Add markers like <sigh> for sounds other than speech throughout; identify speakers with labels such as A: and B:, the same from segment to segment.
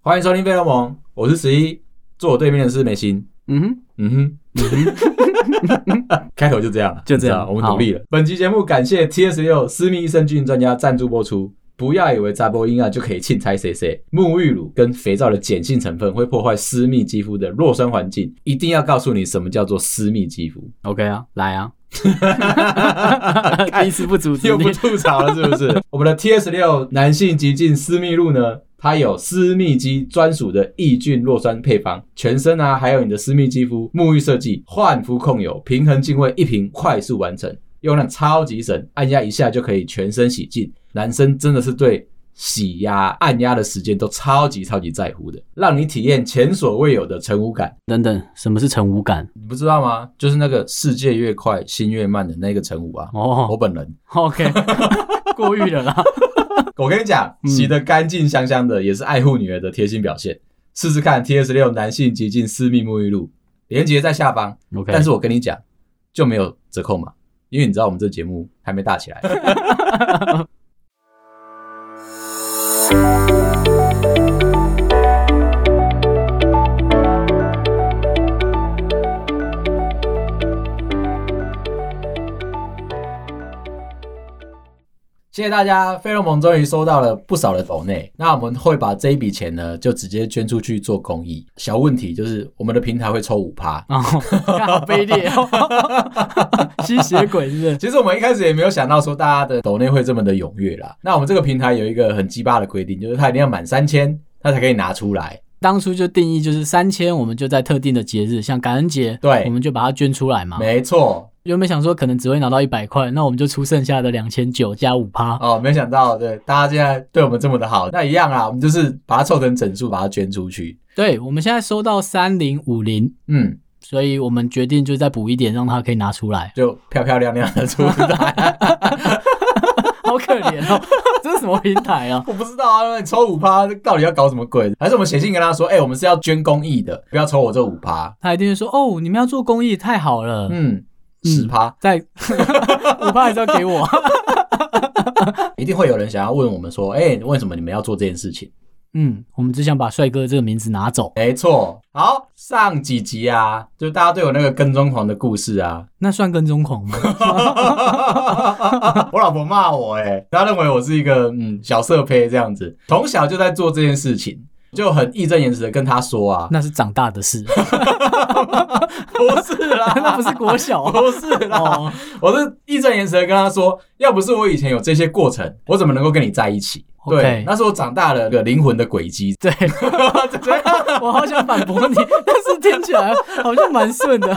A: 欢迎收听《费洛蒙》，我是十一，坐我对面的是梅心。
B: 嗯哼，
A: 嗯哼，开头就这样了，
B: 就这样
A: 我们独立了。本期节目感谢 T S 六私密益生菌专家赞助播出。不要以为杂波音啊就可以钦差谁谁，沐浴乳跟肥皂的碱性成分会破坏私密肌肤的弱酸环境，一定要告诉你什么叫做私密肌
B: <laughs>
A: 肤。 <laughs>
B: OK 啊，来 <laughs> 啊，第一次不阻止
A: <laughs> 又
B: 你
A: 不，吐槽了，是不是？ <laughs> 我们的 T S 六男性极净私密露呢，它有私密肌专属的抑菌弱酸配方，全身啊，还有你的私密肌肤沐浴设计，焕肤控油，平衡净味一瓶，快速完成，用量超级省，按压一下就可以全身洗净。男生真的是对。洗压、按压的时间都超级超级在乎的，让你体验前所未有的成无感。
B: 等等，什么是成无感？
A: 你不知道吗？就是那个世界越快，心越慢的那个成无啊。我
B: 哦
A: 本人，
B: <laughs> ，OK，过誉了啦。
A: 我跟你讲，
B: 嗯
A: 洗得干净香香的，也是爱护女儿的贴心表现。试试看 T S 六男性极净私密沐浴露，链接在下方。
B: OK，
A: 但是我跟你讲，就没有折扣码，因为你知道我们这节目还没大起来。谢谢大家，费洛蒙终于收到了不少的抖内，那我们会把这一笔钱呢，就直接捐出去做公益。小问题就是我们的平台会抽五趴，
B: 哦，看好卑劣哦， <laughs> 吸血鬼是不是？
A: 其实我们一开始也没有想到说大家的抖内会这么的踊跃啦。那我们这个平台有一个很鸡巴的规定，就是它一定要满三千，它才可以拿出来。
B: 当初就定义就是三千，我们就在特定的节日，像感恩节，
A: 对
B: 我们就把它捐出来嘛。
A: 没错，
B: 原本想说可能只会拿到一百块，那我们就出剩下的两千九加五趴。
A: 哦，没想到对大家现在对我们这么的好，那一样啦，啊我们就是把它凑成整数，把它捐出去。
B: 对，我们现在收到三零五零，
A: 嗯，
B: 所以我们决定就再补一点，让它可以拿出来。
A: 就漂漂亮亮的出 <laughs> 来。
B: 好可怜哦， <laughs> 这是什么平台啊？
A: 我不知道啊，你抽五趴到底要搞什么鬼？还是我们写信跟他说，哎、我们是要捐公益的，不要抽我这五趴。
B: 他一定会说哦，你们要做公益，太好了。
A: 嗯，十趴、
B: 再五趴还是要给我。 <laughs>
A: 一定会有人想要问我们说，哎、为什么你们要做这件事情？
B: 嗯，我们只想把帅哥这个名字拿走。
A: 没错，好，上几集啊，就大家都有那个跟踪狂的故事啊。 <laughs>
B: 那算跟踪狂吗？ <laughs>
A: 我老婆骂我、欸，哎，她认为我是一个嗯小色胚这样子，从小就在做这件事情，就很义正言辞的跟她说
B: <laughs>
A: 啊，
B: 那是长大的事，
A: 不是啦，
B: 那 <laughs> 不是国小哦。
A: 不是啦，
B: 哦
A: 我是义正言辞的跟她说，要不是我以前有这些过程，我怎么能够跟你在一起？对
B: OK，。
A: 那是我长大了的灵魂的轨迹
B: 对，
A: 就这样
B: 我好想反驳你，但是听起来好像蛮顺的，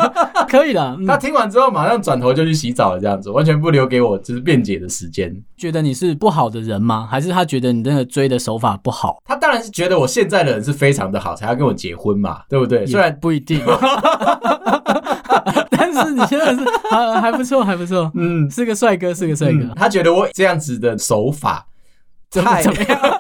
B: 可以了。嗯
A: 他听完之后，马上转头就去洗澡了，这样子完全不留给我就是辩解的时间。
B: 觉得你是不好的人吗？还是他觉得你真的追的手法不好？
A: 他当然是觉得我现在的人是非常的好，才要跟我结婚嘛，对不对？虽
B: 也
A: 然，
B: 不一定， <laughs> 但是你现在是还还不错，还不错。
A: 嗯，
B: 是个帅哥，是个帅
A: 嗯
B: 哥，
A: 他觉得我这样子的手法
B: 怎么
A: 太
B: 怎么
A: 嗯
B: 样？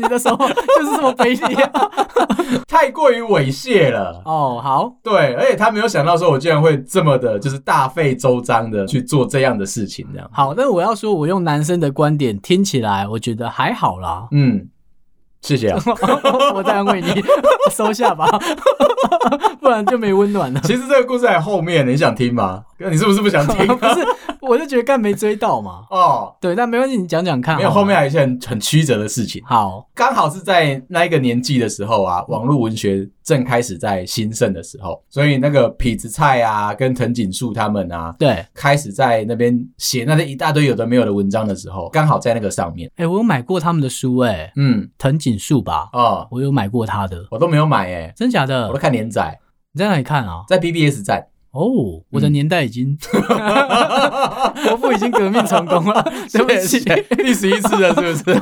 B: <laughs> 你的手就是这么卑劣 <laughs>
A: 太过于猥亵了。
B: 哦。好，
A: 对，而且他没有想到说，我竟然会这么的，就是大费周章的去做这样的事情，这样。。
B: 好，但我要说，我用男生的观点听起来，我觉得还好啦 <laughs>
A: 嗯，谢谢啊。
B: 我在安慰你， <laughs> 收下吧， <laughs> 不然就没
A: <laughs>
B: 温暖了。
A: 其实这个故事在后面，你想听吗？你是不是不想听？
B: <laughs> 不是，我就觉得干没追到嘛。
A: 哦，
B: 对，但没关系，你讲讲看好
A: 没
B: 了。
A: 有，后面还有一些很很曲折的事情。
B: 好，
A: 刚好是在那一个年纪的时候啊，网络文学正开始在兴盛的时候，所以那个痞子蔡啊，跟藤井树他们啊，
B: 对，哎、
A: 开始在那边写那些一大堆有的没有的文章的时候，刚好在那个上面。
B: 我有买过他们的书、哎，
A: 嗯，
B: 藤井树吧，
A: 哦，
B: 我有买过他的，
A: 我都没有买诶、
B: 真假
A: 我都
B: 的？
A: 看连载，
B: 你在哪里看啊？
A: 在 BBS 站。
B: 哦，我的年代已经， <laughs> 国父已经革命成功 <laughs> 了，
A: <laughs>
B: 对不起。
A: 第十一次了，是不是？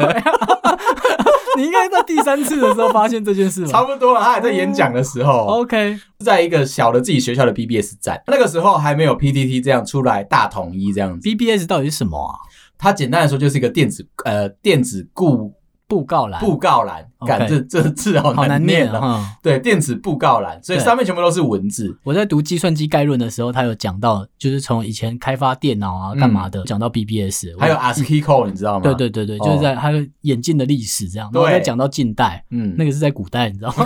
B: 你应该在第三次的时候发现这件事吧
A: 差不多了，他还在演讲的时
B: 嗯
A: 候，
B: ？OK，
A: 在一个小的自己学校的 BBS 站，那个时候还没有 PTT 这样出来大统一这样子。
B: BBS 到底是什么啊？
A: 它简单来说就是一个电子呃电子固
B: 布告栏，
A: 布告栏，感
B: OK
A: 这这字好
B: 好
A: 难
B: 难
A: 念
B: 念
A: 哦。
B: 啊、嗯
A: 对，电子布告栏，所以
B: 对
A: 上面全部都是文字。
B: 我在读《计算机概论》的时候，他有讲到，就是从以前开发电脑啊、干嘛的，讲到 BBS，我
A: 还有 ASCII code，你知道吗？
B: 嗯对对对对，
A: 哦
B: 就是在他眼镜的历史这样，然后
A: 对
B: 再讲到近代，
A: 嗯，
B: 那个是在古代，你知道 <laughs> 吗？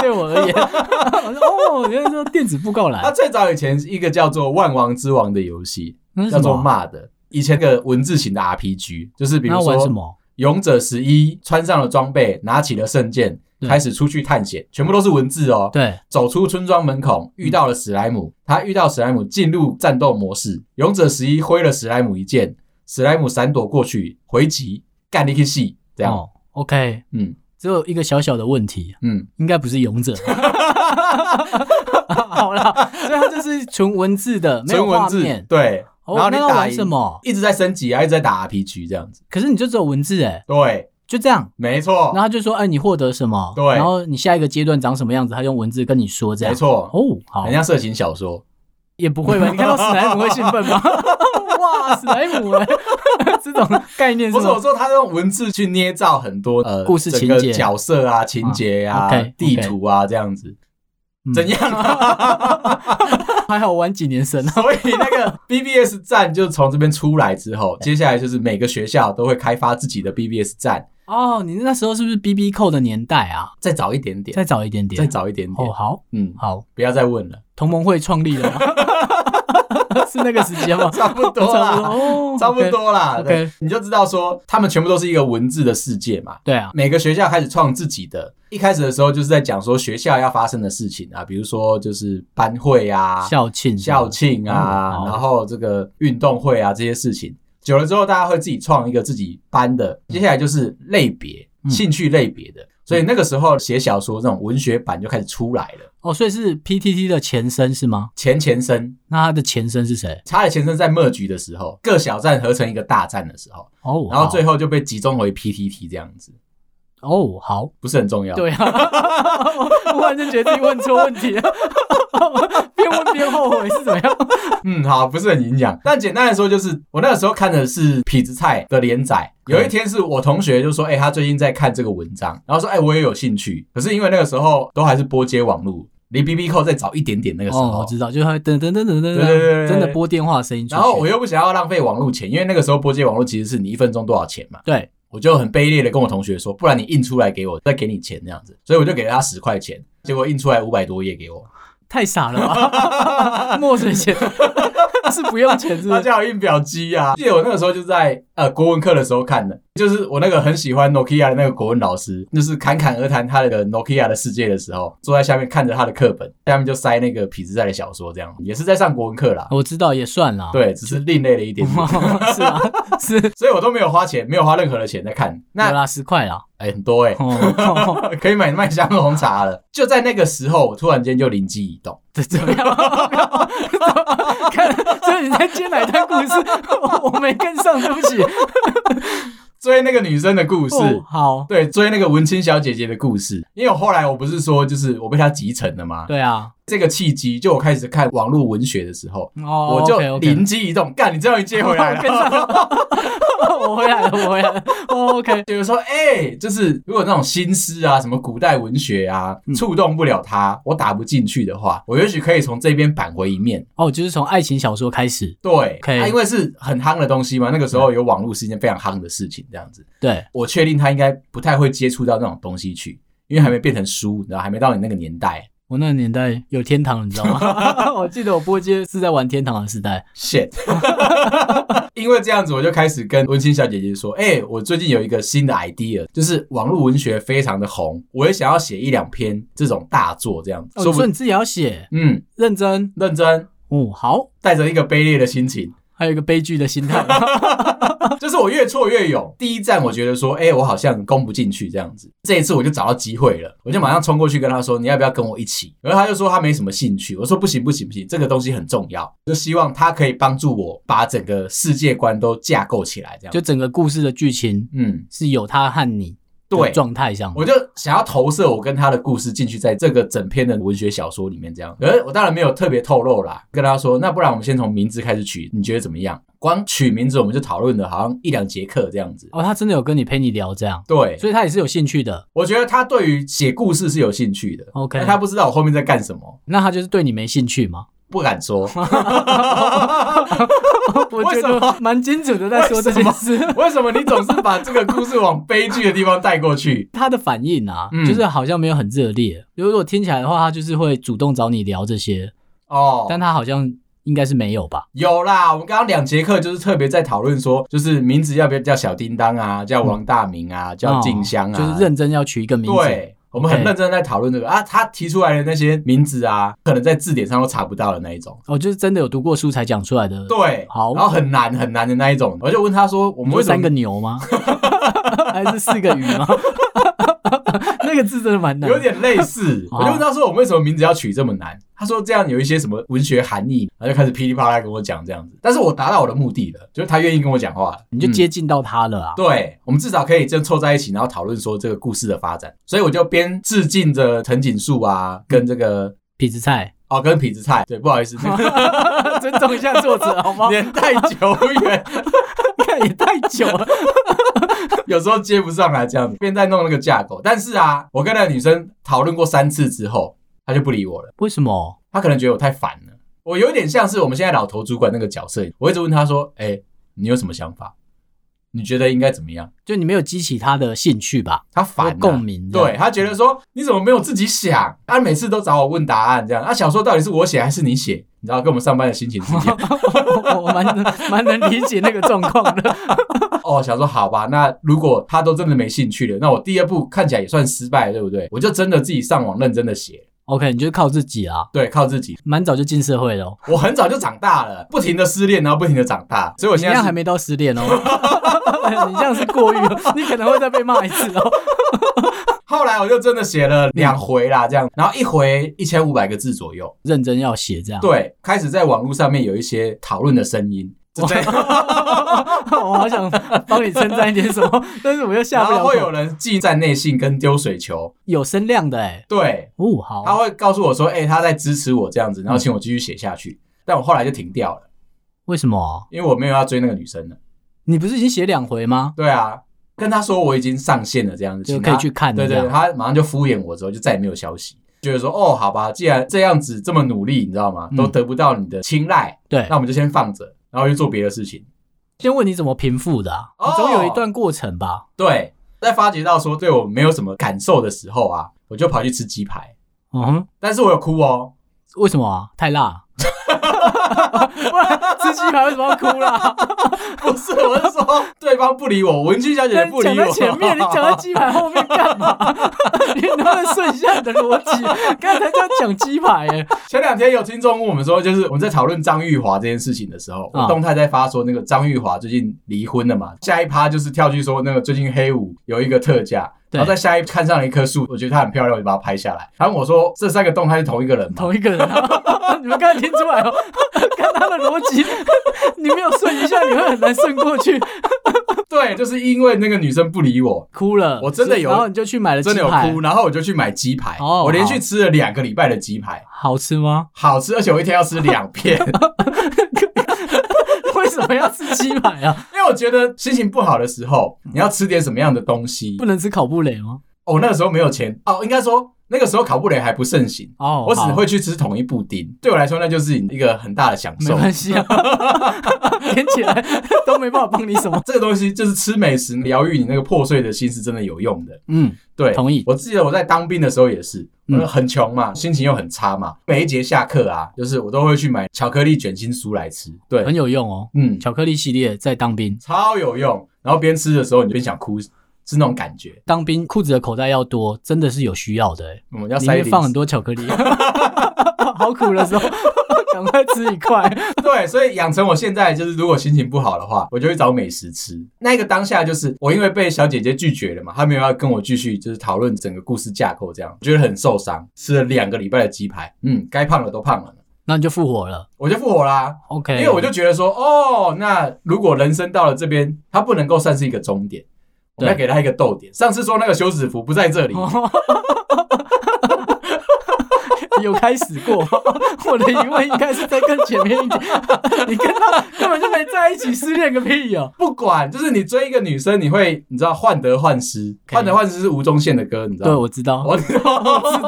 B: 对我 <laughs> 而言，我说哦，原来是电子布告
A: 它
B: 栏，
A: 最早以前是一个叫做《万王之王》的游戏，
B: 那是
A: 叫
B: 什
A: 做
B: 么啊？
A: 骂的。以前的文字型的 RPG，就是比如
B: 那玩什
A: 说
B: 么？
A: 勇者十一穿上了装备，拿起了圣剑，
B: 对
A: 开始出去探险，全部都是文字哦。
B: 对，
A: 走出村庄门口，遇到了史莱姆，他遇到史莱姆进入战斗模式，勇者十一挥了史莱姆一剑，史莱姆闪躲过去，回击，干了一个戏，这样，
B: 哦，OK，
A: 嗯
B: 只有一个小小的问题，
A: 嗯，
B: 应该不是勇者。 <laughs> 好啦，所以它就是纯文字的，没有
A: 纯文
B: 画
A: 字
B: 面。
A: 对，
B: 哦
A: 然后你
B: 那要
A: 打
B: 玩
A: 赢
B: 什么？
A: 一直在升级啊，一直在打 RPG 这样子，
B: 可是你就只有文字哎，
A: 对，
B: 就这样。
A: 没错
B: 然后，他就说，哎，你获得什么？
A: 哦对
B: 然后你下一个阶段长什么样子，他用文字跟你说这样。
A: 没。错，
B: 哦，好
A: 很，像色情小说，
B: 也不
A: <laughs>
B: 会吧？你看到史莱姆会兴奋吗？ <laughs> 哇，史莱姆哎， <laughs> 这种概念
A: 不
B: 是
A: 是我
B: 吗？
A: 说他用文字去捏造很多呃
B: 故事
A: 整
B: 情
A: 个
B: 节哦
A: 角色啊、情节啊、
B: OK，OK
A: 地图啊这样子，
B: 嗯
A: 怎？样、
B: <laughs> 还好玩几年生啊？
A: <laughs> 所以那个 BBS 站就从这边出来之后，接下来就是每个学校都会开发自己的 BBS 站，
B: 哦，你那时候是不是 B B 扣的年代啊？
A: 再早一点点，
B: 再早一点点。
A: 再早一点点，
B: 哦，好
A: 嗯，
B: 好，
A: 不要再问了，
B: 同盟会创立了 <laughs> 吗，是那个时间吗？
A: <laughs> 差不多
B: 差不多
A: 啦，
B: 哦，
A: <laughs> 差不
B: OK。
A: 多啦 <laughs>
B: OK
A: 对，你就知道说他们全部都是一个文字的世界嘛。
B: 对啊，
A: 每个学校开始创自己的，一开始的时候就是在讲说学校要发生的事情啊，比如说就是班会啊、
B: 校庆，
A: 校庆啊，
B: 嗯好
A: 然后这个运动会啊这些事情，久了之后，大家会自己创一个自己班的，接下来就是类别、
B: 嗯
A: 兴趣类别的。所以那个时候写小说这种文学版就开始出来了，
B: 哦，所以是 PTT 的前身是吗？
A: 前前身，
B: 那它的前身是谁？
A: 它的前身在 merge 的时候，各小站合成一个大站的时候，
B: 哦，
A: 然后最
B: 好
A: 后就被集中回 PTT 这样子，
B: 哦好，
A: 不是很重要。
B: 对啊， <laughs> 我忽然就觉得自己问错问题
A: <laughs>
B: 了，边问边后悔是怎么样？
A: <laughs> 嗯，好，不是很影响。但简单来说，就是我那个时候看的是痞子蔡的连载。有一天是我同学就说：“哎、他最近在看这个文章，然后说：‘哎、我也有兴趣。’可是因为那个时候都还是拨接网络，离 B B 扣再早一点点那个时
B: 哦，
A: 候。
B: 我知道，就是它会噔噔噔噔噔
A: 对对对对
B: 噔，真的拨电话的声音出去。
A: 然后我又不想要浪费网络钱，因为那个时候拨接网络其实是你一分钟多少钱嘛。
B: 对，
A: 我就很卑劣的跟我同学说：“不然你印出来给我，再给你钱这样子。”所以我就给了他十块钱，结果印出来五百多页给我。
B: 太傻了
A: <laughs>
B: 吧？ <laughs> 墨水钱是不用钱是不
A: 他
B: 是？
A: 家有印表机啊！记得我那个时候就在呃国文课的时候看的，就是我那个很喜欢 Nokia 的那个国文老师，就是侃侃而谈他的 Nokia 的世界的时候，坐在下面看着他的课本，下面就塞那个痞子在的小说，这样也是在上国文课啦。
B: 啊我知道也算啦。
A: 对，只是另类了一点点，
B: <laughs> 是啊，是
A: 所以我都没有花钱，没有花任何的钱在看。
B: 有
A: 那
B: 啦，十块啦。
A: 哎、很多哎、
B: <laughs> 哦，
A: 可以买麦香红茶了。就在那个时候，我突然间就灵机一动，
B: 这怎么样？ <laughs> 看，所以你在接哪段故事？我我没跟上，对不起。
A: 追那个女生的故事。
B: 哦好，
A: 对，追那个文青小姐姐的故事，因为我后来我不是说，就是我被她集成了吗？
B: 对啊，
A: 这个契机，就我开始看网络文学的时候，
B: 哦，
A: 我就
B: OK，OK
A: 灵机一动，干，你终于接回来
B: <laughs> 跟
A: <laughs>
B: 上
A: 了。
B: 了， <laughs> 我回来了，我回来了。哦 OK，
A: 就是说，哎、就是如果那种新诗啊，什么古代文学啊，
B: 嗯
A: 触动不了他，我打不进去的话，我也许可以从这边扳回一面。
B: 哦，就是从爱情小说开始，
A: 对，
B: 可以
A: 啊因为是很夯的东西嘛，那个时候有网络是一件非常夯的事情，这样子，
B: 对，
A: 我确定他应该不太会接触到那种东西去，因为还没变成书，然后还没到你那个年代。
B: 我那个年代有天堂，你知道吗？ <laughs> 我记得我波街是在玩天堂的时代。
A: shit，因为这样子，我就开始跟温馨小姐姐说：“哎、我最近有一个新的 idea，就是网络文学非常的红，我也想要写一两篇这种大作，这样子，
B: 哦，
A: 说
B: 你
A: 不
B: 说你自己要写，
A: 嗯，
B: 认真。
A: 认真，
B: 哦，好，
A: 带着一个卑劣的心情， <laughs>
B: 还有一个悲剧的心态。 <laughs>
A: 就是我越挫越勇。第一站，我觉得说，哎、我好像攻不进去这样子。这一次我就找到机会了，我就马上冲过去跟他说：“你要不要跟我一起？”然后他就说他没什么兴趣。我说：“不行，不行，不行，这个东西很重要，就希望他可以帮助我把整个世界观都架构起来，这样。”
B: 就整个故事的剧情
A: 嗯，
B: 是有他和你，
A: 对
B: 的状态上。
A: 我就想要投射我跟他的故事进去，在这个整篇的文学小说里面，这样。而我当然没有特别透露啦，跟他说，那不然我们先从名字开始取，你觉得怎么样？光取名字我们就讨论了好像一两节课这样子。
B: 哦，他真的有跟你陪你聊这样，
A: 对，
B: 所以他也是有兴趣的。
A: 我觉得他对于写故事是有兴趣的。
B: OK
A: 但哎他不知道我后面在干什么，
B: 那他就是对你没兴
A: <laughs>
B: 趣吗？
A: 不敢说。
B: 我觉
A: 为什么
B: 得蛮精准的在说这件事。
A: 为什么你总是把这个故事往悲剧的地方带过去？
B: <laughs> 他的反应啊，
A: 嗯
B: 就是好像没有很热烈。如果听起来的话，他就是会主动找你聊这些，
A: 哦，
B: 但他好像应该是没有吧？
A: 有啦，我们刚刚两节课就是特别在讨论说，就是名字要不要叫小叮当啊，叫王大明啊，叫静香啊，
B: 嗯哦就是认真要取一个名字。
A: 对。我们很
B: OK
A: 认真在讨论这个啊，他提出来的那些名字啊，可能在字典上都查不到的那一种，
B: 哦，就是真的有读过书才讲出来的。，
A: 对，
B: 好
A: 然后很难很难的那一种，我就问他说，我们为什
B: 三
A: 么
B: 个
A: <laughs>
B: 牛吗？还是四个鱼吗？ <laughs> 那个字真的蛮难的。
A: 有点类
B: <laughs>
A: 似，
B: 哦
A: 我就问他说，我们为什么名字要取这么难？他说这样有一些什么文学含义，然后就开始噼里啪啦跟我讲这样子，但是我达到我的目的了，就是他愿意跟我讲话了，
B: 你就
A: 嗯
B: 接近到他了啊。
A: 对，我们至少可以就凑在一起，然后讨论说这个故事的发展。所以我就边致敬着藤井树啊，跟这个
B: 痞子菜，
A: 哦，跟痞子菜，对，不好意思，那个
B: <laughs> 尊重一下作者好吗？
A: 年代久远，
B: 看 <laughs> 也太久了。
A: 有时候接不上来这样子，边在弄那个架构。但是啊，我跟那个女生讨论过三次之后，她就不理我了，
B: 为什么？
A: 她可能觉得我太烦了。我有点像是我们现在老头主管那个角色，我一直问她说：“哎、你有什么想法？你觉得应该怎么样
B: 就你没有激起他的兴趣吧？？”
A: 她烦、啊，
B: 有共鸣。
A: 对，他觉得说你怎么没有自己想？他每次都找我问答案，这样啊，小说到底是我写还是你写？你知道跟我们上班的心情是一样。
B: <laughs> <laughs> 我我蛮能蛮能理解那个状况的。
A: 哦，想说好吧，那如果他都真的没兴趣了，那我第二步看起来也算失败了，对不对？我就真的自己上网认真的写，
B: <laughs> OK，你就靠自己啊，
A: 对，靠自己。
B: 蛮早就进社会了哦，
A: 我很早就长大了，不停的失恋，然后不停的长大，所以我
B: 你这
A: 现在
B: 样还
A: 是
B: 没到十点 <laughs> 哦。你这样是过誉哦，你可能会再被骂一次哦。 <laughs>
A: 后来我就真的写了两回啦，这
B: 嗯
A: 样，然后一回一千五百个字左右，
B: 认真要写这样，
A: 对，开始在网络上面有一些讨论的声音。这这
B: <laughs> 我好想帮你称赞一点什 <laughs> 么，但是我又
A: 然
B: 下不了
A: 后
B: 口。
A: 会有人寄站内信跟丢水球，
B: 有声量的哎，
A: 对，
B: 哦嗯好，
A: 他会告诉我说：“哎、他在支持我这样子，然后请我继续写下去。但我后来就停掉了，
B: 为什么？
A: 因为我没有要追那个女生了。
B: 你不是已经写两回吗？
A: 对啊，跟他说我已经上线了，这样子
B: 就
A: 请他
B: 可以去看了
A: 对
B: 这
A: 对，
B: 样
A: 他马上就敷衍我，之后就再也没有消息。觉得说哦，好吧，既然这样子这么努力，你知道吗？
B: 嗯
A: 都得不到你的青睐，
B: 对
A: 那，我们就先放着，然后去做别的事情。
B: 先问你怎么平复的、啊，
A: 哦
B: 你总有一段过程吧？
A: 对，在发觉到说对我没有什么感受的时候啊，我就跑去吃鸡排，
B: 嗯哼，
A: 但是我有哭哦。
B: 为什么啊？太
A: <laughs>
B: 辣。不然吃鸡排为什么要哭啦？
A: 不是，我是说对方不理我，文具小姐姐不理
B: <laughs> 讲
A: 我。
B: 在前
A: <laughs>
B: 面，你讲在鸡排后面干嘛？你能不能顺一下你的逻辑？刚才在讲鸡排、欸，
A: 前两天有听众问我们说，就是我们在讨论张玉华这件事情的时候，
B: 啊
A: 我动态在发说那个张玉华最近离婚了嘛，下一趴就是跳去说那个最近黑五有一个特价，
B: 对
A: 然后在下一看上了一棵树，我觉得它很漂亮，我就把它拍下来。然后我说这三个动态是同一个人吗？
B: <laughs> 同一个人、啊， <laughs> 你们刚才听出来哦？看他的逻辑，你没有顺一下，你会很难顺过去。
A: 对，就是因为那个女生不理我，
B: 哭了，
A: 我真的有
B: 然后你就去买了鸡
A: 真的有
B: 排
A: 哭，，然后我就去买鸡排，
B: 哦
A: 我连续吃了两个礼拜的鸡排，
B: 好吃吗？
A: 好吃，而且我一天要吃两片，
B: 为什么要吃鸡排啊？
A: 因为我觉得心情不好的时候，
B: 嗯
A: 你要吃点什么样的东西
B: 不？能吃烤布雷吗？
A: 哦，那个时候没有钱哦，应该说那个时候考布雷还不盛行。
B: 哦，
A: 我只
B: 好
A: 会去吃统一布丁，对我来说那就是一个很大的享
B: 没
A: 受。
B: 关系
A: <laughs>
B: 啊， <laughs> 连起来都没办法帮你什么。
A: 这个东西就是吃美食疗愈你那个破碎的心是真的有用的。
B: 嗯，
A: 对，
B: 同意
A: 我记得我在当兵的时候也是，
B: 嗯
A: 我很穷嘛，心情又很差嘛，每一节下课啊，就是我都会去买巧克力卷心酥来吃。对
B: 很，有用哦。
A: 嗯，
B: 巧克力系列在当兵，
A: 超有用。然后边吃的时候你就边想哭，是那种感觉。
B: 当兵裤子的口袋要多，真的是有需要的欸。
A: 我们要
B: 里
A: 塞
B: 面
A: 零
B: 放
A: 食
B: 很多巧
A: <laughs>
B: 克力，好苦的时候，赶快吃一块。
A: <laughs> 对，所以养成我现在就是，如果心情不好的话，我就会找美食吃。那个当下就是我因为被小姐姐拒绝了嘛，她没有要跟我继续就是讨论整个故事架构，这样我觉得很受伤。吃了两个礼拜的鸡排，嗯，该胖了都胖了，
B: 那你就复活了。
A: 我就复活啦、
B: OK，
A: 因为我就觉得说，哦，那如果人生到了这边，它不能够算是一个终点。我们要给他一个逗点。上次说那个休止符不在这里，
B: <laughs> 哦有开始过， <laughs> 我的疑问应该是在更前面一点。 <laughs> 你跟他根本就没在一起，失恋个屁哦！
A: 不管，就是你追一个女生，你会你知道患得患失，
B: 可以
A: 患得患失是吴宗宪的歌，你知
B: 对，
A: 道吗？
B: 我知道，
A: 我知道，
B: 知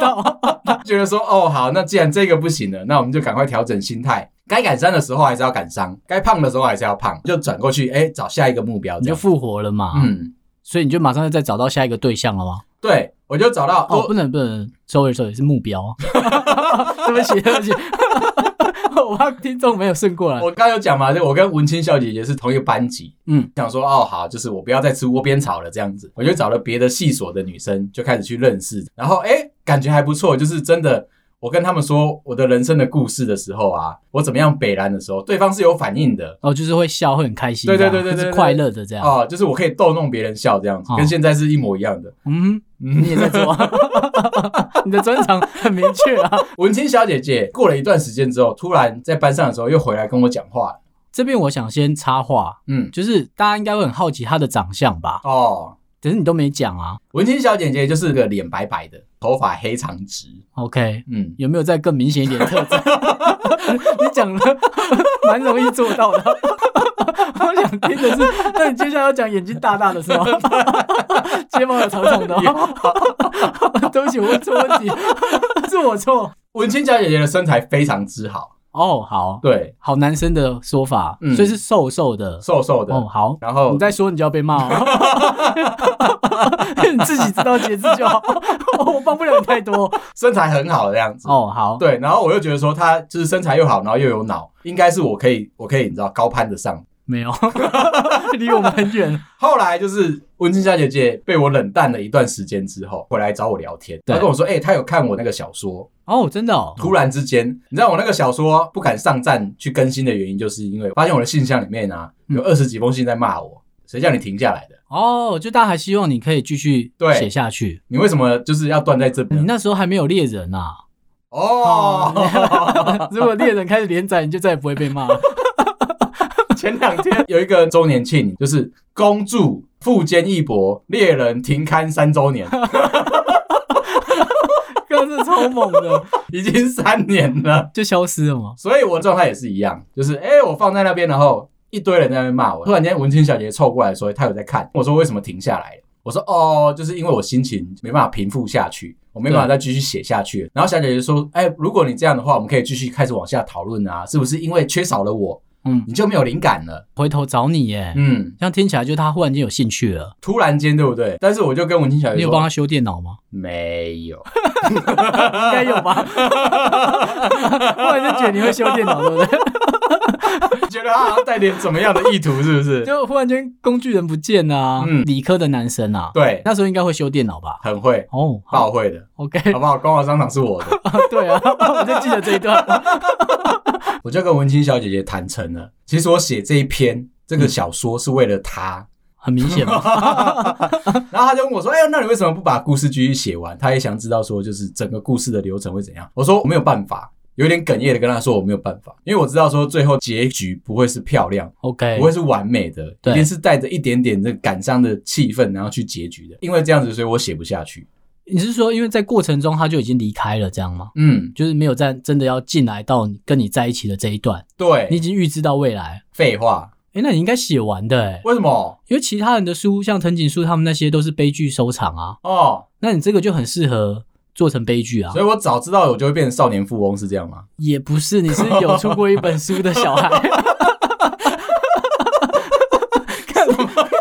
B: 道，
A: 觉得说哦好，那既然这个不行了，那我们就赶快调整心态。该赶伤的时候还是要赶伤，该胖的时候还是要胖，就转过去，哎、找下一个目标。
B: 你
A: 这
B: 就
A: 样
B: 复活了嘛。
A: 嗯，
B: 所以你就马上就再找到下一个对象了吗？
A: 对，我就找到，
B: 哦，
A: 我
B: 不能不能，sorry sorry，是
A: <laughs>
B: 目标。对不起对不起， <laughs> 我怕听众没有顺过来。
A: 我刚刚有讲嘛，就我跟文清小姐姐是同一个班级，
B: 嗯，
A: 想说哦好，就是我不要再吃窝边草了这样子，我就找了别的系所的女生，就开始去认识，然后哎、感觉还不错，就是真的。我跟他们说我的人生的故事的时候啊，我怎么样北兰的时候，对方是有反应的
B: 哦，就是会笑，会很开心
A: 对
B: 这
A: 对
B: 样，
A: 对对对
B: 就是
A: 对
B: 快乐的这样。
A: 哦，就是我可以逗弄别人笑这样子，
B: 哦
A: 跟现在是一模一样的。
B: 嗯，
A: 嗯
B: <laughs> 你也在做，你的专长很明确啊。
A: <laughs>
B: <laughs>
A: 文清小姐姐过了一段时间之后，突然在班上的时候又回来跟我讲话了。
B: 这边我想先插话，
A: 嗯，
B: 就是大家应该会很好奇他的长相吧？
A: 哦，
B: 可是你都没讲啊。
A: 文清小姐姐就是个脸白白的，头发黑长直。
B: OK，
A: 嗯，
B: 有没有再更明显一点的特征？ <laughs> 你讲了，蛮容易做到的。我想听的是，那你接下来要讲眼睛大大的
A: <laughs>
B: 是吗？睫毛有长长的哦、 <laughs> 对不起，我问错问题， <laughs> 是我错。
A: 文清小姐姐的身材非常之好，
B: 哦，好
A: 对，
B: 好，男生的说法，
A: 嗯
B: 所以是瘦瘦的。
A: 瘦瘦的，
B: 哦，好，
A: 然后
B: 你再说你就要被骂哦，
A: <laughs>
B: 你自己知道节制就好， <laughs> 我帮不了你太多。
A: 身材很好的样子。
B: 哦，好，
A: 对，然后我又觉得说她就是身材又好，然后又有脑，应该是我可以，我可以，你知道高攀得上。
B: 没有， <laughs> 离我们很远。
A: 后来就是文清小姐姐被我冷淡了一段时间之后，回来找我聊天，
B: 对
A: 她跟我说：“哎、她有看我那个小说，
B: 哦，真的哦，
A: 突然之间，你知道我那个小说不敢上站去更新的原因，就是因为发现我的信箱里面啊有二十几封信在骂我，谁叫你停下来的？
B: 哦，就大家还希望你可以继续
A: 对
B: 写下去。
A: 你为什么就是要断在这
B: 你
A: 边？
B: 那时候还没有猎人啊，
A: 哦，
B: <laughs> 如果猎人开始连载，你就再也不会被骂 <laughs> 了。
A: <laughs> 前两天有一个周年庆，就是公主富坚义博猎人停刊三周年，
B: 真的超猛的，
A: 已经三年了，
B: <laughs> 就消失了吗？
A: 所以我的状态也是一样，就是哎、我放在那边，然后一堆人在那边骂我。突然间，文清小姐凑过来说，她有在看，我说为什么停下来了？我说哦，就是因为我心情没办法平复下去，我没办法再继续写下去了。然后小姐姐说，哎、如果你这样的话，我们可以继续开始往下讨论啊，是不是因为缺少了我，
B: 嗯，
A: 你就没有灵感了？
B: 回头找你耶。
A: 嗯，
B: 这样听起来，就他忽然间有兴趣了。
A: 突然间，对不对？但是我就跟文清小
B: 你
A: 姐
B: 有帮
A: 说，
B: 他修电脑吗？
A: 没有，
B: <laughs> 应该有吧。 <laughs> 忽然就觉得你会修电脑，对不对？
A: 觉得她好像带点怎么样的意图，是不
B: <laughs>
A: 是？
B: 就忽然间工具人不见啊，
A: 嗯
B: 理科的男生啊，
A: 对，
B: 那时候应该会修电脑吧？
A: 很会，
B: 哦，好
A: 爆会的，
B: ，OK， <laughs>
A: 好不好？光华商场是我的。
B: 对啊，我就记得这一段。
A: 我就跟文清小姐姐坦诚了，其实我写这一篇这
B: 嗯
A: 个小说是为了她。
B: 很明显 <laughs> 嘛。
A: 然后她就问我说：“哎、那你为什么不把故事继续写完？”她也想知道说，就是整个故事的流程会怎样。我说我没有办法，有点哽咽的跟她说我没有办法，因为我知道说最后结局不会是漂亮，
B: OK，
A: 不会是完美的，
B: 对
A: 一定是带着一点点的感伤的气氛，然后去结局的。因为这样子，所以我写不下去。
B: 你是说因为在过程中他就已经离开了，这样吗？
A: 嗯，
B: 就是没有在真的要进来到你跟你在一起的这一段，你
A: 对，
B: 已经预知到未来。
A: 废话，
B: 诶，那你应该写完的诶，
A: 为什么？
B: 因为其他人的书，像藤井树他们那些都是悲剧收场啊，
A: 哦，
B: 那你这个就很适合做成悲剧啊
A: 所。以我早知道我就会变成少年富翁，是这样吗？
B: 也不是，你是有出过一本书的小孩。 <laughs>
A: <laughs>
B: 干嘛？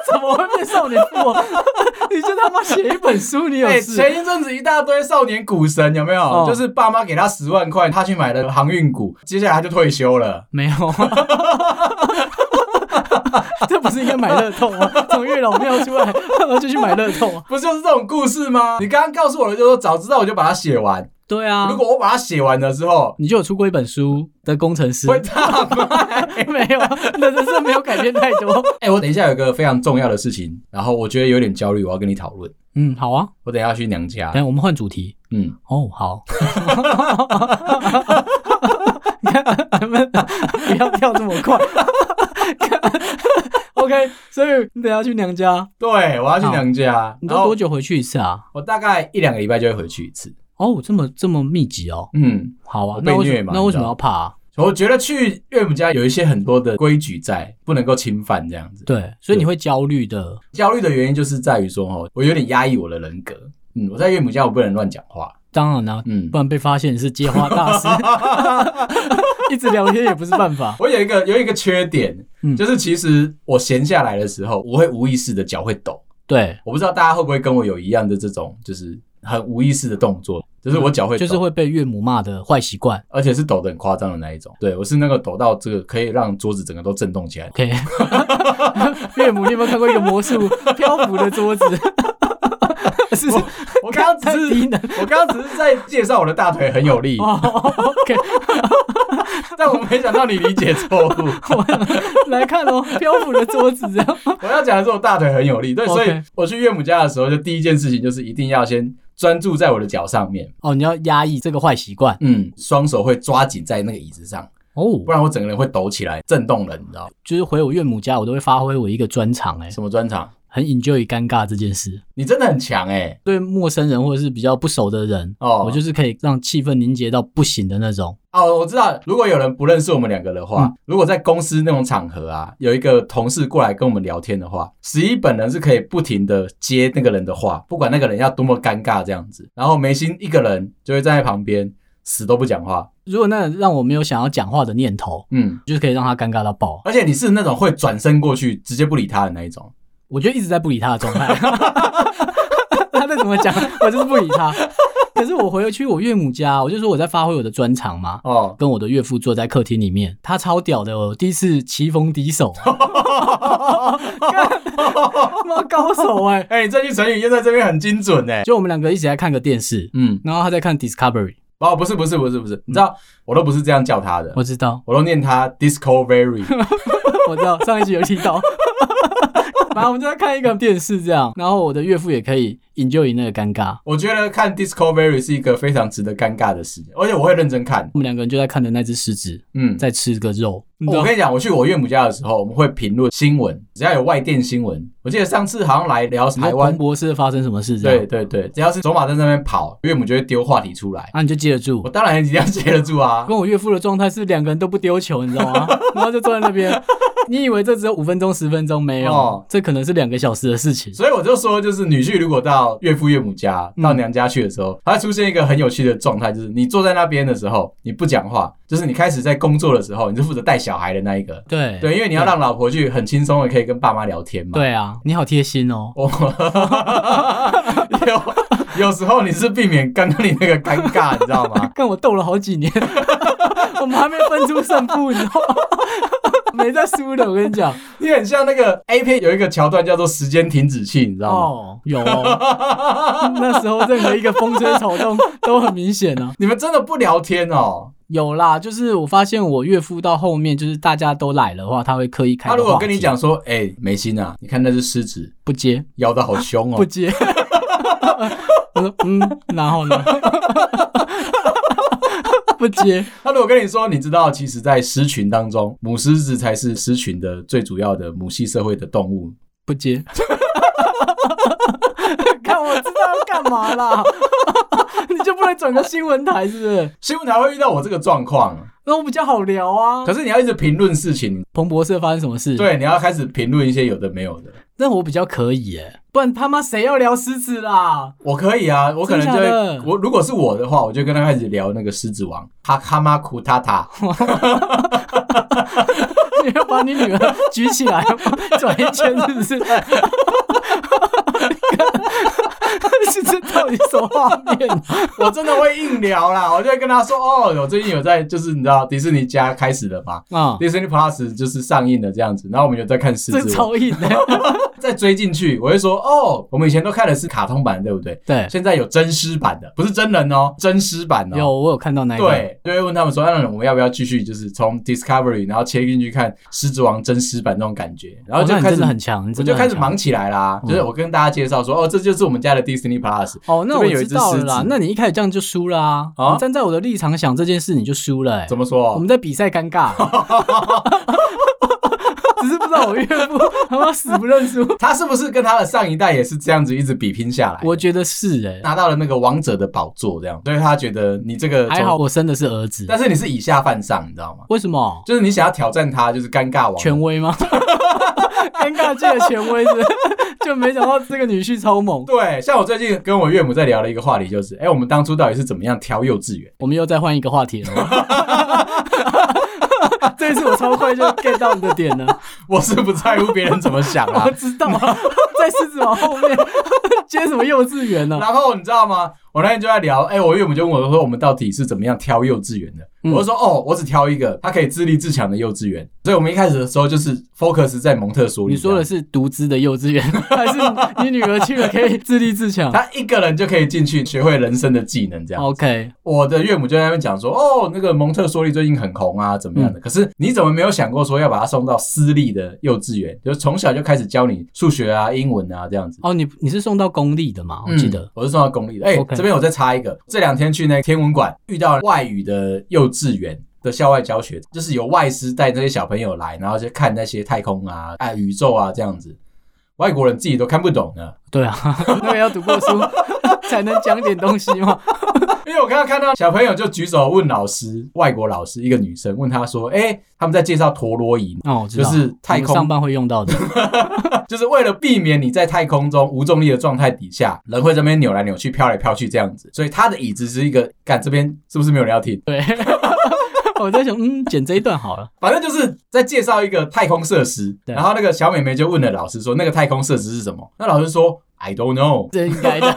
B: 怎么会变少年富翁？ <laughs> 你就他妈写一本书，你有
A: 哎、
B: 事？
A: 前一阵子一大堆少年股神有没有？
B: 哦
A: 就是爸妈给他十万块，他去买了航运股，接下来他就退休了。
B: 没有啊， <laughs> 这不是应该买乐透
A: <laughs>
B: 吗？从月老庙出来，然后就去买乐透啊。
A: 不就是这种故事吗？你刚刚告诉我的，就是说早知道我就把它写完。
B: 对啊
A: 如，果我把它写完了之后，
B: 你就有出过一本书的工程师，
A: 会大卖。<laughs>
B: <laughs> 没有，那真是没有改变太多。
A: 哎、我等一下有一个非常重要的事情，然后我觉得有点焦虑，我要跟你讨论。
B: 嗯，好啊，
A: 我等一下去娘家
B: 等一。下我们换主题。
A: 嗯，
B: 哦，
A: <laughs>
B: 好。
A: <laughs>
B: 你看，能不能不要跳这么快看 <laughs> OK，所以你等下去娘家，
A: 对，我要去娘家。
B: 你
A: 然
B: 都
A: 后
B: 多久回去一次啊？
A: 我大概一两个礼拜就会回去一次。
B: 哦，这么这么密集哦。
A: 嗯，
B: 好啊
A: 我，被
B: 那为
A: 虐
B: 什
A: 嘛
B: 么那
A: 你
B: 为
A: 知
B: 什么
A: 道
B: 要怕、啊？
A: 我觉得去岳母家有一些很多的规矩在，不能够侵犯这样子。
B: 对，所以你会焦虑的。
A: 焦虑的原因就是在于说，哦，我有点压抑我的人格。嗯，我在岳母家我不能乱讲话。
B: 当然啦、
A: 嗯
B: 不，然被发现你是接花大师，一直聊天也不是办法。
A: 我有一个有一个缺点，
B: 嗯
A: 就是其实我闲下来的时候，我会无意识的脚会抖。
B: 对，
A: 我不知道大家会不会跟我有一样的这种，就是很无意识的动作，就是我脚会抖，
B: 嗯就是会被岳母骂的坏习惯。
A: 而且是抖得很夸张的那一种。对我是那个抖到这个可以让桌子整个都震动
B: <laughs>
A: 起来。
B: OK，岳母，你有没有看过一个魔术漂浮的桌子？是
A: 我我刚刚
B: 太
A: 只
B: 低
A: 是
B: 能。
A: 我刚刚只是在介绍我的大腿很有力，
B: 哦，OK，
A: 但我没想到你理解错误。
B: 我来看哦，漂浮的桌子这样。
A: 我要讲的是我大腿很有力，对，所以
B: OK
A: 我去岳母家的时候，就第一件事情就是一定要先专注在我的脚上面，
B: 哦，你要压抑这个坏习惯
A: 嗯，双手会抓紧在那个椅子上，
B: 哦
A: 不，然我整个人会抖起来，震动人，你知道吗
B: 就是回我岳母家，我都会发挥我一个专长、哎，
A: 什么专场？
B: 很 enjoy 尴尬这件事。
A: 你真的很强哎、
B: 对陌生人或者是比较不熟的人，
A: 哦
B: 我就是可以让气氛凝结到不行的那种。
A: 哦，我知道，如果有人不认识我们两个的话，
B: 嗯
A: 如果在公司那种场合啊，有一个同事过来跟我们聊天的话，十一本人是可以不停的接那个人的话，不管那个人要多么尴尬这样子，然后眉心一个人就会站在旁边死都不讲话，
B: 如果那让我没有想要讲话的念头，
A: 嗯，
B: 就是可以让他尴尬到爆。
A: 而且你是那种会转身过去直接不理他的那一种，
B: 我就一直在不理他的状态， <laughs> 他再怎么讲，我就是不理他。可是我回去我岳母家，我就说我在发挥我的专长嘛。
A: 哦，
B: 跟我的岳父坐在客厅里面，他超屌的，哦我第一次棋逢敌手，干妈高手哎、
A: 哎、这句成语用在这边很精准哎、
B: 就我们两个一起来看个电视，
A: 嗯，
B: 然后他在看 Discovery，
A: 哦，不是不是不是不是，你知道我都不是这样叫他的，
B: 我知道，
A: 我都念他 Discovery， <laughs>
B: 我知道，上一集有提到。 <laughs> 反正我们就在看一个电视这样，然后我的岳父也可以 enjoy 那个尴尬，
A: 我觉得看 Discovery 是一个非常值得尴尬的事情，而且我会认真看。
B: 我们两个人就在看着那只狮子
A: 嗯，
B: 在吃个肉，哦你知
A: 我
B: 道
A: 跟你讲，我去我岳母家的时候，我们会评论新闻，只要有外电新闻，我记得上次好像来聊
B: 你说
A: 台湾
B: 彭，博士发生什么事这
A: 对
B: 样，
A: 对对，只要是走马灯在那边跑，岳母就会丢话题出来，
B: 啊，你就接得住
A: 我。当然一定要接得住啊。
B: 跟我岳父的状态是两个人都不丢球，你知道吗？然后就坐在那边，你以为这只有五分钟、十分钟没有，
A: 哦
B: 这可能是两个小时的事情。
A: 所以我就说，就是女婿如果到岳父岳母家、
B: 嗯
A: 到娘家去的时候，他会出现一个很有趣的状态，就是你坐在那边的时候，你不讲话，就是你开始在工作的时候，你是负责带小孩的那一个，
B: 对
A: 对，因为你要让老婆去很轻松的可以跟爸妈聊天嘛。
B: 对啊，你好贴心哦。
A: 我 <laughs> 有有时候你是避免刚刚你那个尴尬，你知道吗？
B: 跟我斗了好几年， <laughs> 我们还没分出胜负，你知道吗？没在输的，我跟你讲。
A: 你很像那个 A 片有一个桥段叫做时间停止器，你知道吗？
B: 哦，有哦， <laughs> 那时候任何一个风吹
A: <laughs>
B: 草动都很明显啊。
A: 你们真的不聊天哦？
B: 有啦，就是我发现我岳父到后面，就是大家都来的话，他会刻意开。
A: 他如果跟你，讲说，哎、梅心啊，你看那只狮子
B: 不接，
A: 咬得好凶
B: <laughs> 不
A: 哦，
B: 接。我说嗯，然后呢？ <laughs> 不接，
A: 他如果跟你说，你知道，其实，在狮群当中，母狮子才是狮群的最主要的母系社会的动物。<laughs>
B: 不接。看我知道要干嘛啦？ <laughs> 你就不能转个新闻台是不是？
A: 新闻台会遇到我这个状况，
B: 那我比较好聊啊。
A: 可是你要一直评论事情，
B: 彭博社发生什么事？，
A: 对，你要开始评论一些有的没有的。
B: 那我比较可以耶，不然他妈谁要聊狮子啦？ <laughs>
A: 我可以啊，我可能就
B: 真的假
A: 会
B: 的
A: 我如果是我的话，我就跟他开始聊那个狮子王哈哈马库塔
B: <laughs>
A: 塔，
B: 你要把你女儿举起来吗转一圈，是不是？ <laughs> 是这到底什么画面啊？
A: 我真的会硬聊啦，我就会跟他说哦，我最近有在就是你知道迪士尼家开始了嘛。
B: 啊，
A: 迪士尼 Plus 就是上映了这样子，然后我们有在看《狮
B: 这
A: 子王
B: 超硬的。》，
A: 再追进去，我会说哦，我们以前都看的是卡通版，对不 <laughs> 对？
B: 对，
A: 现在有真狮版的，不是真人哦，真狮版哦。
B: 有我有看到那一个，
A: 对，就会问他们说，那我们要不要继续就是从 Discovery 然后切进去看《狮子王》真狮版那种感觉，然后就
B: 哦那你
A: 开始
B: 真的很强，你
A: 我
B: 真的
A: 就
B: 很
A: 开始
B: 强嗯
A: 忙起来啦，就是我跟大家介绍说，哦，这就是我们家的 Disney Plus。
B: 哦，那
A: 这
B: 我
A: 边有一
B: 知
A: 只
B: 道
A: 狮
B: 了啦
A: 子。
B: 那你一开始这样就输了啊！
A: 啊
B: 你站在我的立场想这件事，你就输了、欸。
A: 怎 <laughs> 么
B: 么？我
A: 说
B: 们？在比赛尴尬，只是不知道我岳父他妈死不认输。
A: <laughs> 他是不是跟他的上一代也是这样子一直比拼下来？
B: 我觉得是哎、
A: 拿到了那个王者的宝座，这样，所以他觉得你这个
B: 还好，我生的是儿子。
A: 但是你是以下犯上，你知道吗？
B: 为什么？
A: 就是你想要挑战他，就是尴尬王
B: 权威
A: <laughs>
B: 吗？尴尬界的权威是 <laughs> 不是，就没想到这个女婿超猛。
A: 对，像我最近跟我岳母在聊的一个话题，就是，哎、我们当初到底是怎么样挑幼稚园？ <laughs>
B: 我们又再换一个话题了吗。这一次我超快就 get 到你的点了，
A: 我是不在乎别人怎么想啊
B: <laughs> 我。知道，在狮子王后面接什么幼稚园呢、
A: 然后你知道吗？我那天就在聊，哎、我岳母就问我说，我们到底是怎么样挑幼稚园的？
B: 嗯
A: 我就说，哦，我只挑一个，他可以自立自强的幼稚园。所以我们一开始的时候就是 focus 在蒙特梭利。
B: 你说的是独资的幼稚园，还是你女儿去了可以自立自强
A: 这样，他一个人就可以进去学会人生的技能，
B: 哦
A: 这样。
B: ？OK，
A: 我的岳母就在那边讲说，哦，那个蒙特梭利最近很红啊，怎么
B: 嗯
A: 样的？可是你怎么没有想过说要把他送到私立的幼稚园，就是从小就开始教你数学啊、英文啊这样子。
B: 哦，你你是送到公立的嘛？我记得、
A: 嗯我是送到公立的。哎、
B: OK
A: 这边我再插一个，这两天去那个天文馆遇到外语的幼稚园。的校外教学就是有外师带这些小朋友来，然后就看那些太空啊、啊宇宙啊这样子，外国人自己都看不懂呢。
B: 对啊，那个要读过书 <laughs> 才能讲点东西嘛。
A: 因为我刚刚看到小朋友就举手问老师，外国老师一个女生问他说：“哎、他们在介绍陀螺仪，
B: 哦，我知道，
A: 就是太
B: 我们
A: 空
B: 上班会用
A: <laughs>
B: 到的。
A: 就是为了避免你在太空中无重力的状态底下，人会这边扭来扭去、飘来飘去这样子。所以他的椅子是一个，干这边是不是没有人要听？
B: 对，我在想，嗯，剪这一段好
A: <laughs>
B: 了。
A: 反正就是在介绍一个太空设施。
B: 对
A: 然后那个小美眉就问了老师说：“那个太空设施是什么？”那老师说：“I don't
B: <laughs>
A: know。”
B: 这应该的。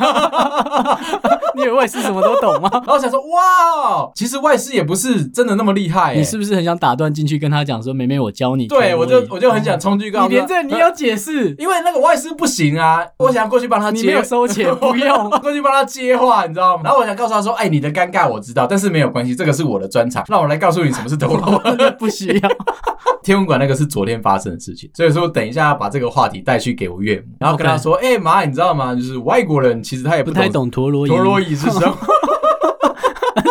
B: 你以为我也是什么都
A: <laughs>
B: 懂吗？
A: 然后我想说：“哇，其实外师也不是真的那么厉害、欸。”
B: 你是不是很想打断进去跟他讲说，妹妹，我教你？
A: 对我就我就很想
B: 讲，
A: 冲去告
B: 你
A: 诉
B: 连
A: 他，
B: 这你要解释，
A: 因为那个外师不行啊，我想过去帮他
B: 嗯你没
A: 接 <laughs>
B: 有。收钱，不 <laughs> 用。
A: 过去帮他接话，你知道吗？然后我想告诉他说：“哎、你的尴尬我知道，但是没有关系，这个是我的专场，让我来告诉你什么是陀螺。
B: 真的不需要，
A: <laughs> 天文馆那个是昨天发生的事情，所以说等一下把这个话题带去给我岳母，然后跟他说：“哎、妈，你知道吗？就是外国人其实他也
B: 不
A: 不
B: 太懂陀螺仪，
A: 陀螺仪是什么，
B: <laughs>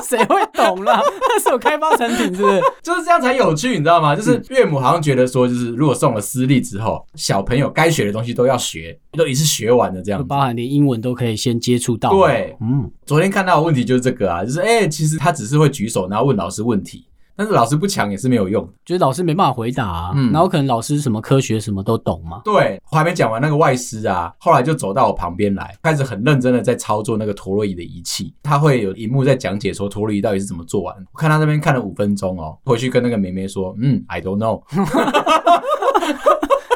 B: 谁会懂啦？那是我开发产品，是
A: <laughs>
B: 不是？
A: 就是这样才有趣，你知道吗？
B: 嗯
A: 就是岳母好像觉得说，就是如果送了私立之后，小朋友该学的东西都要学，都已是学完了这样子。
B: 包含连英文都可以先接触到。
A: 对，
B: 嗯，
A: 昨天看到的问题就是这个啊，就是哎、其实他只是会举手，然后问老师问题，但是老师不抢也是没有用的。
B: 就是老师没办法回答、啊，
A: 嗯
B: 然后可能老师什么科学什么都懂
A: <laughs>
B: 嘛，
A: 对，我还没讲完那个外师啊，后来就走到我旁边来，开始很认真的在操作那个陀螺仪的仪器。他会有一幕在讲解说陀螺仪到底是怎么做完。我看他那边看了五分钟哦，回去跟那个妹妹说，嗯，I don't know。 <laughs>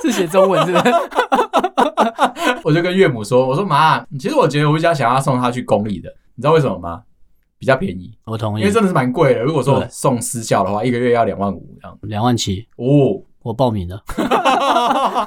B: 是写中文
A: <laughs>
B: 是不是？
A: 我就跟岳母说，我说妈，其实我觉得我比较想要送她去公立的，你知道为什么吗？比较便宜，
B: 我同
A: 因
B: 意
A: 为，真的是蛮贵的。如果说
B: 对
A: 送私校的话，一个月要两万五这样。
B: 两万七，
A: 哦，
B: 我报名了。 <laughs>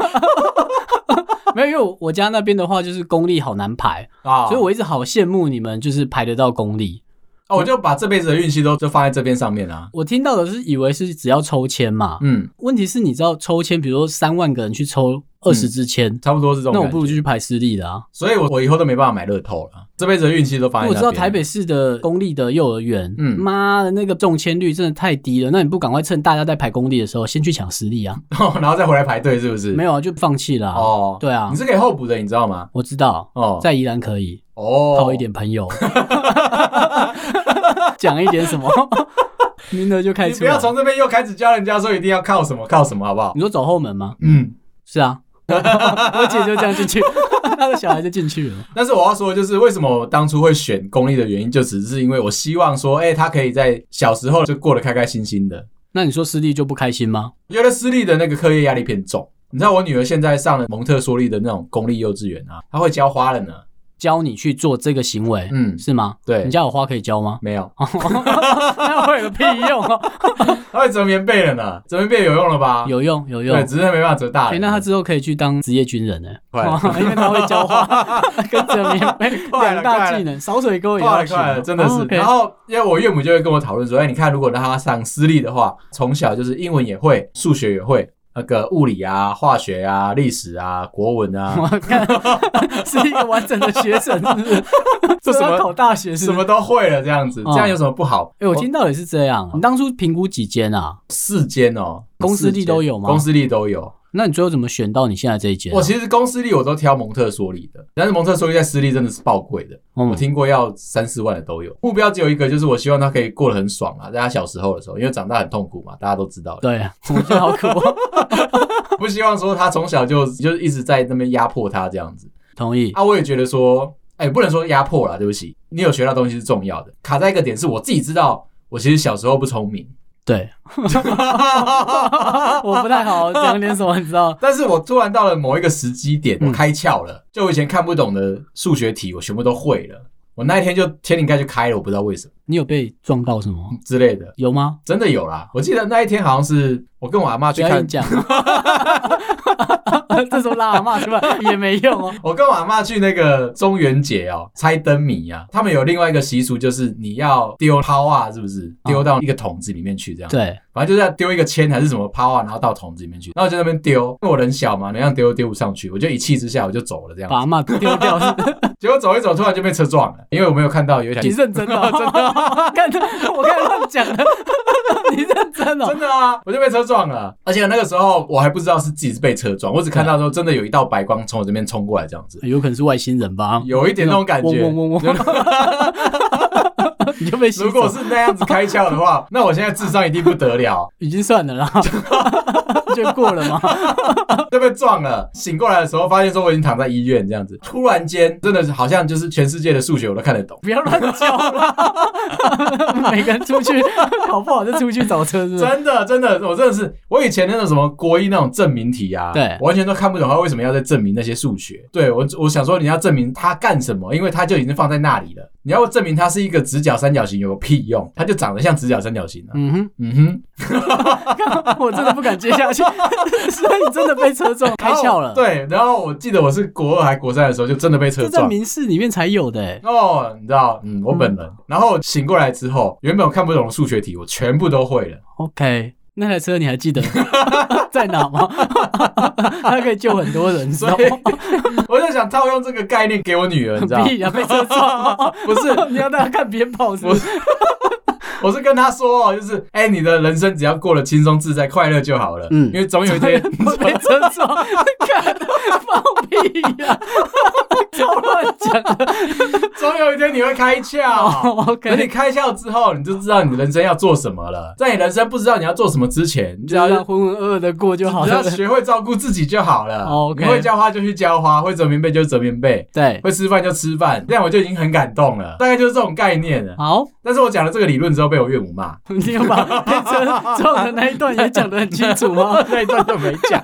B: 没有，因为我我家那边的话就是公立好难排，
A: 啊，
B: 所以我一直好羡慕你们，就是排得到公立。
A: 哦，我就把这辈子的运气都就放在这边上面啊。
B: 我听到的是以为是只要抽签嘛，
A: 嗯，
B: 问题是你知道抽签，比如说三万个人去抽二十支签，
A: 差不多嗯是这种
B: 那
A: 感觉。
B: 我不如就去排私立的啊。
A: 所以我我以后都没办法买乐透了，这辈子的运气都放在
B: 我知道
A: 那边
B: 台，北市的公立的幼儿园，
A: 嗯
B: 妈的那个中签率真的太低了。那你不赶快趁大家在排公立的时候，先去抢私立啊？
A: 哦然后再回来排队，是不是？
B: 没有啊，就放弃了、哦，
A: 哦，
B: 对啊
A: 你，是可以候补的，你知道吗？
B: 我知道，
A: 哦，
B: 在宜兰可以
A: 哦，
B: 泡一。点朋 <laughs> 友，讲一点什么，名额就开
A: 你
B: 出
A: 不
B: 来
A: 要。从这边又开始教人家说一定要靠什么靠什么，好不好？
B: 你说走后门吗？
A: 嗯，
B: 是啊，我姐就这样进去，她的小孩就进去了。
A: 但是我要说，就是为什么我当初会选公立的原因，就只是因为我希望说，哎、他可以在小时候就过得开开心心的。
B: 那你说私立就不开心吗？
A: 我觉得私立的那个课业压力偏重。你知道我女儿现在上了蒙特梭利的那种公立幼稚园啊，她会浇花了呢。
B: 教你去做这个行为，
A: 嗯，
B: 是吗？
A: 对？
B: 你，啊家有花可以教吗
A: 没有，
B: 那会有个屁用哦！
A: 她会折棉被了呢，折棉被有用了吧？
B: <laughs> 有用，有用
A: 对，。只是没办法折大
B: 哎、
A: 人。
B: 那他之后可以去当职业军人呢、
A: 快了
B: <laughs> 因为他会教花， <laughs> 跟折棉被
A: 快了
B: 两大技能，扫水沟也
A: 快
B: 要
A: 了
B: 学
A: 快了，真的是。
B: 哦，OK
A: 然后因为我岳母就会跟我讨论说，哎、你看，如果让他上私立的话，从小就是英文也会，数学也会，那个物理啊、化学啊、历史啊、国文
B: <laughs>
A: 啊，
B: 我看是一个完整的学生，是不是？
A: 这什么
B: 所以要考大学是
A: 什
B: 不是？
A: 么都会了，这样子，
B: 嗯
A: 这样有什么不好？哦
B: 哎、我听到也是这样。你当初评估几间啊？
A: 四间哦，
B: 公私立都有吗
A: 公私立都有。
B: 那你最后怎么选到你现在这一间啊？
A: 我其实公私立我都挑蒙特梭利的，但是蒙特梭利在私立真的是爆贵的，
B: 嗯
A: 我听过要三四万的都有。目标只有一个，就是我希望他可以过得很爽啊，在他小时候的时候，因为长大很痛苦嘛，大家都知道的。
B: 对，啊我觉得好可 <laughs> 怕。
A: 不希望说他从小就就是一直在那边压迫他这样子。
B: 同意，
A: 啊，我也觉得说，哎、不能说压迫啦，对不起，你有学到东西是重要的。卡在一个点是我自己知道，我其实小时候不聪明，
B: <laughs> 对，我不太好讲点什么，你知道？
A: 但是我突然到了某一个时机点，
B: 嗯
A: 我开窍了，就我以前看不懂的数学题，我全部都会了。我那一天就天灵盖就开了，我不知道为什么
B: 你有被撞到什么？
A: 之类的，
B: 有吗？
A: 真的有啦。我记得那一天好像是我跟我阿妈
B: 不
A: 去
B: 要
A: 看
B: 硬，讲， <laughs> 这时候拉阿骂出来也没用哦。
A: 我跟我阿妈去那个中元节哦，猜灯谜啊。他们有另外一个习俗，就是你要丢抛啊，是不是？丢到一个桶子里面去这样。
B: 嗯对，
A: 反正就是要丢一个铅还是什么抛啊，然后到桶子里面去，然后我就在那边丢，因为我人小嘛，能量丢都丢不上去，我就一气之下我就走了这样
B: 把。阿骂丢掉是 <laughs>
A: 结果走一走，突然就被车撞了，因为我没有看到有一台
B: 你认真的哦、 <laughs> 真的、看我看乱讲的， <laughs> 你认真 <laughs> 哦、
A: 真的啊，我就被车撞了。而且那个时候我还不知道是自己是被车撞，我只看到说真的有一道白光从我这边冲过来这样
B: <laughs>
A: 子，
B: 有可能是外星人吧？
A: 有一点那种感觉
B: 嗡。嗡
A: <laughs>
B: 嗡 <laughs> 嗡，你就被吸走
A: 如果是那样子开窍的话，那我现在智商一定不得了，
B: 已经算
A: <laughs>
B: 了啦，就过了嘛。
A: 就被撞了。醒过来的时候，发现说我已经躺在医院这样子。突然间，真的是好像就是全世界的数学我都看得懂，
B: 不要乱叫啦！每个人出去，好不好就出去找车，是不是？
A: 真的，真的，我真的是，我以前那种什么国一那种证明题啊，
B: 对
A: 我完全都看不懂他为什么要在证明那些数学。对我，我想说你要证明它干什么，因为它就已经放在那里了。你要证明它是一个直角三角形有个屁用？它就长得像直角三角形啊。
B: 嗯
A: 嗯哼，
B: 哼，我真的不敢接下去， <laughs> 所以真的被车撞，开窍
A: 然后
B: 了。
A: 对，然后我记得我是国二还国三的时候，就真的被车
B: 这在
A: 撞。
B: 民事里面才有的、欸，
A: 哦，你知道，嗯，我本人，然后醒过来之后，原本我看不懂的数学题，我全部都会 <laughs> 了。
B: OK，那台车你
A: <laughs>
B: 还记得在哪吗？ <laughs> 它可以救很多人，你知
A: 所
B: 道
A: 以 <laughs>
B: 吗？
A: 我就想套用这个概念给我女儿，你知道，
B: 屁呀、啊被车撞吗？
A: 不是，
B: 你要带他看别人跑是不是？
A: 我是跟他说哦，就是哎、你的人生只要过得轻松自在、快乐就好了。
B: 嗯
A: 因为 <laughs> 总有一天，
B: 我被车 <laughs> 撞，看放屁呀、 <laughs> 超乱讲的。
A: 总有一天你会开窍。
B: o
A: 等你
B: k
A: 开窍之后，你就知道你的人生要做什么了。在你人生不知道你要做什么之前，你
B: 只
A: 只
B: 要
A: 要
B: 让浑浑噩噩的过就好
A: 只要
B: 了。
A: 学会照顾自己就好了。
B: 哦，OK
A: 你会浇花就去浇花，会折棉被就折棉被，
B: 对，
A: 会吃饭就吃饭，这样我就已经很感动了。大概就是这种概念了。
B: 好，，
A: 但是我讲了这个理论之后，被我岳母骂
B: 你有把被车撞的那一段也讲得很清楚 <laughs> 吗？
A: 那一段就没讲。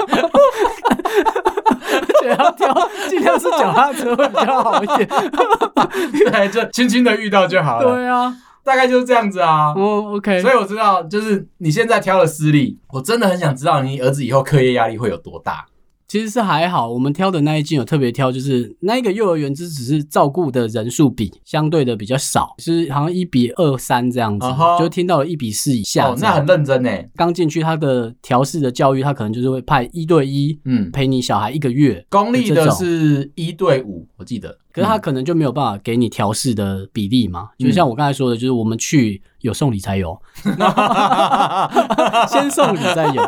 B: 而且要挑，尽量是脚踏车会比较好一 <laughs> 点。
A: <laughs> 对，就轻轻的遇到就好了。
B: 对啊，
A: 大概就是这样子啊。
B: 哦，OK，
A: 所以我知道，就是你现在挑了私立，我真的很想知道你儿子以后课业压力会有多大。
B: 其实是还好，我们挑的那一间有特别挑，就是那一个幼儿园只只是照顾的人数比相对的比较少，是好像一比二三这样子
A: 啊哈
B: 就听到了一比四以下
A: 哦，
B: 这样。
A: 那很认真呢。
B: 刚进去，他的调试的教育，他可能就是会派一对一
A: 嗯，
B: 陪你小孩一个月，
A: 公立的
B: 这种
A: 是一对五，我记得。
B: 可是他
A: 嗯
B: 可能就没有办法给你调试的比例嘛。就像我刚才说的，就是我们去有送礼才
A: <laughs>
B: 有，先送礼再有。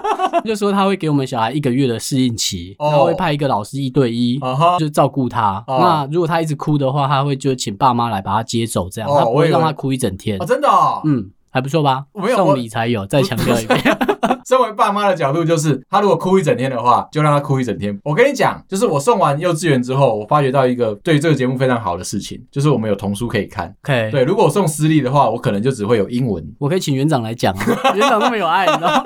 B: 就说他会给我们小孩一个月的适应期，
A: 哦
B: 然后会派一个老师一对一，
A: 啊哈，
B: 就照顾他。
A: 哦
B: 那如果他一直哭的话，他会就请爸妈来把他接走，这样、
A: 哦
B: 他不
A: 我
B: 会
A: 以为
B: 让他哭一整天
A: 哦，。真的哦。
B: 嗯，还不错吧？
A: 我没有我
B: 送礼才有，再强调一
A: <laughs>
B: 遍。
A: 身为爸妈的角度就是，他如果哭一整天的话，就让他哭一整天。我跟你讲，就是我送完幼稚园之后，我发觉到一个对这个节目非常好的事情，就是我们有童书可以看。
B: OK，
A: 对，如果我送私立的话，我可能就只会有英文。
B: 我可以请园长来讲啊，园长那么有爱，你知道吗？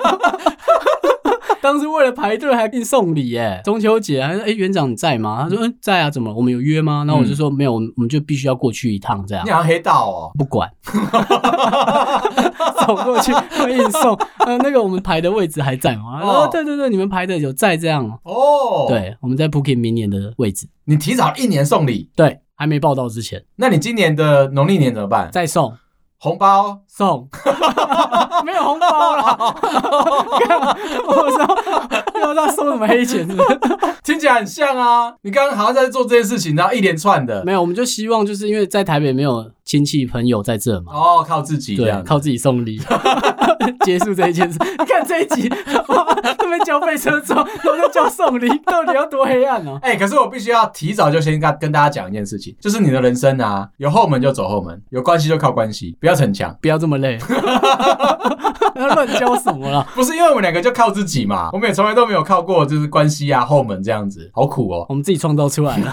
B: 当时为了排队还硬送礼耶，中秋节还说哎园长你在吗？他说嗯在啊，怎么了我们有约吗？那我就说没有，我们我们就必须要过去一趟这
A: <laughs>
B: 样
A: 你。好像黑道哦。
B: 不管， <laughs> 走过去会硬送。呃，那个我们排的位置还在吗？他说
A: 哦
B: 哦，对对对，你们排的有在这样。
A: 哦，，
B: 对，我们在 Booking 明年的位置，
A: 你提早一年送礼，
B: 对，还没报到之前
A: 那你今年的农历年怎么办？
B: 再送
A: 红包
B: 送， <laughs> 没有红包啦。干 <laughs> 我说又要收什么黑钱是不是？
A: 听起来很像啊！你刚刚好像在做这件事情，然后一连串的
B: 没有，我们就希望就是因为在台北没有亲戚朋友在这嘛，
A: 哦，靠自己这
B: 对啊
A: 样，子，
B: 靠自己送 <laughs> 礼。结束这一件事，你看这一集，哇他们交费车之后，然后就交送礼，到底要多黑暗哦、
A: 哎、可是我必须要提早就先跟跟大家讲一件事情，就是你的人生啊，有后门就走后门，有关系就靠关系，不要逞强。
B: 不要这么累， <laughs> 乱交什么啦？
A: 不是因为我们两个就靠自己嘛，我们也从来都没有靠过就是关系啊后门这样子，好苦哦。
B: 我们自己创造出来的，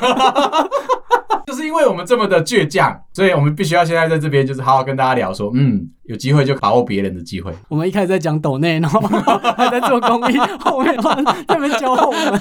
A: 就是因为我们这么的倔强，所以我们必须要现在在这边就是好好跟大家聊说，嗯，有机会就把握别人的机会。 <laughs>
B: 我们一开始在讲抖内，然后还在做公益，后面他们教后门，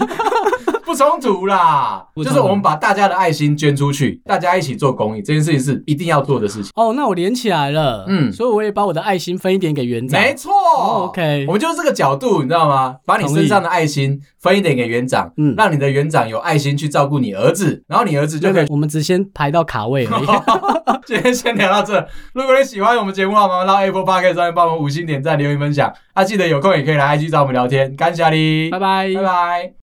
A: 不冲突啦，
B: 不
A: 就
B: 冲突
A: 是我们把大家的爱心捐出去，大家一起做公益，这件事情是一定要做的事情。
B: 哦，那我连起来了，
A: 嗯
B: 嗯，所以我也把我的爱心分一点给园长，
A: 没错、
B: 哦，OK
A: 我们就是这个角度，你知道吗？把你
B: 同意
A: 身上的爱心分一点给园长，
B: 嗯
A: 让你的园长有爱心去照顾你儿子，然后你儿子就
B: 对
A: 可以
B: 对，。我们只先排到卡位而已。
A: <laughs> 今天先聊到这。如果你喜欢我们节目的话，麻烦到 Apple Park 上面帮我们五星点赞、留言、分享。啊，记得有空也可以来 IG 找我们聊天，感谢你，
B: 拜拜
A: 拜。拜。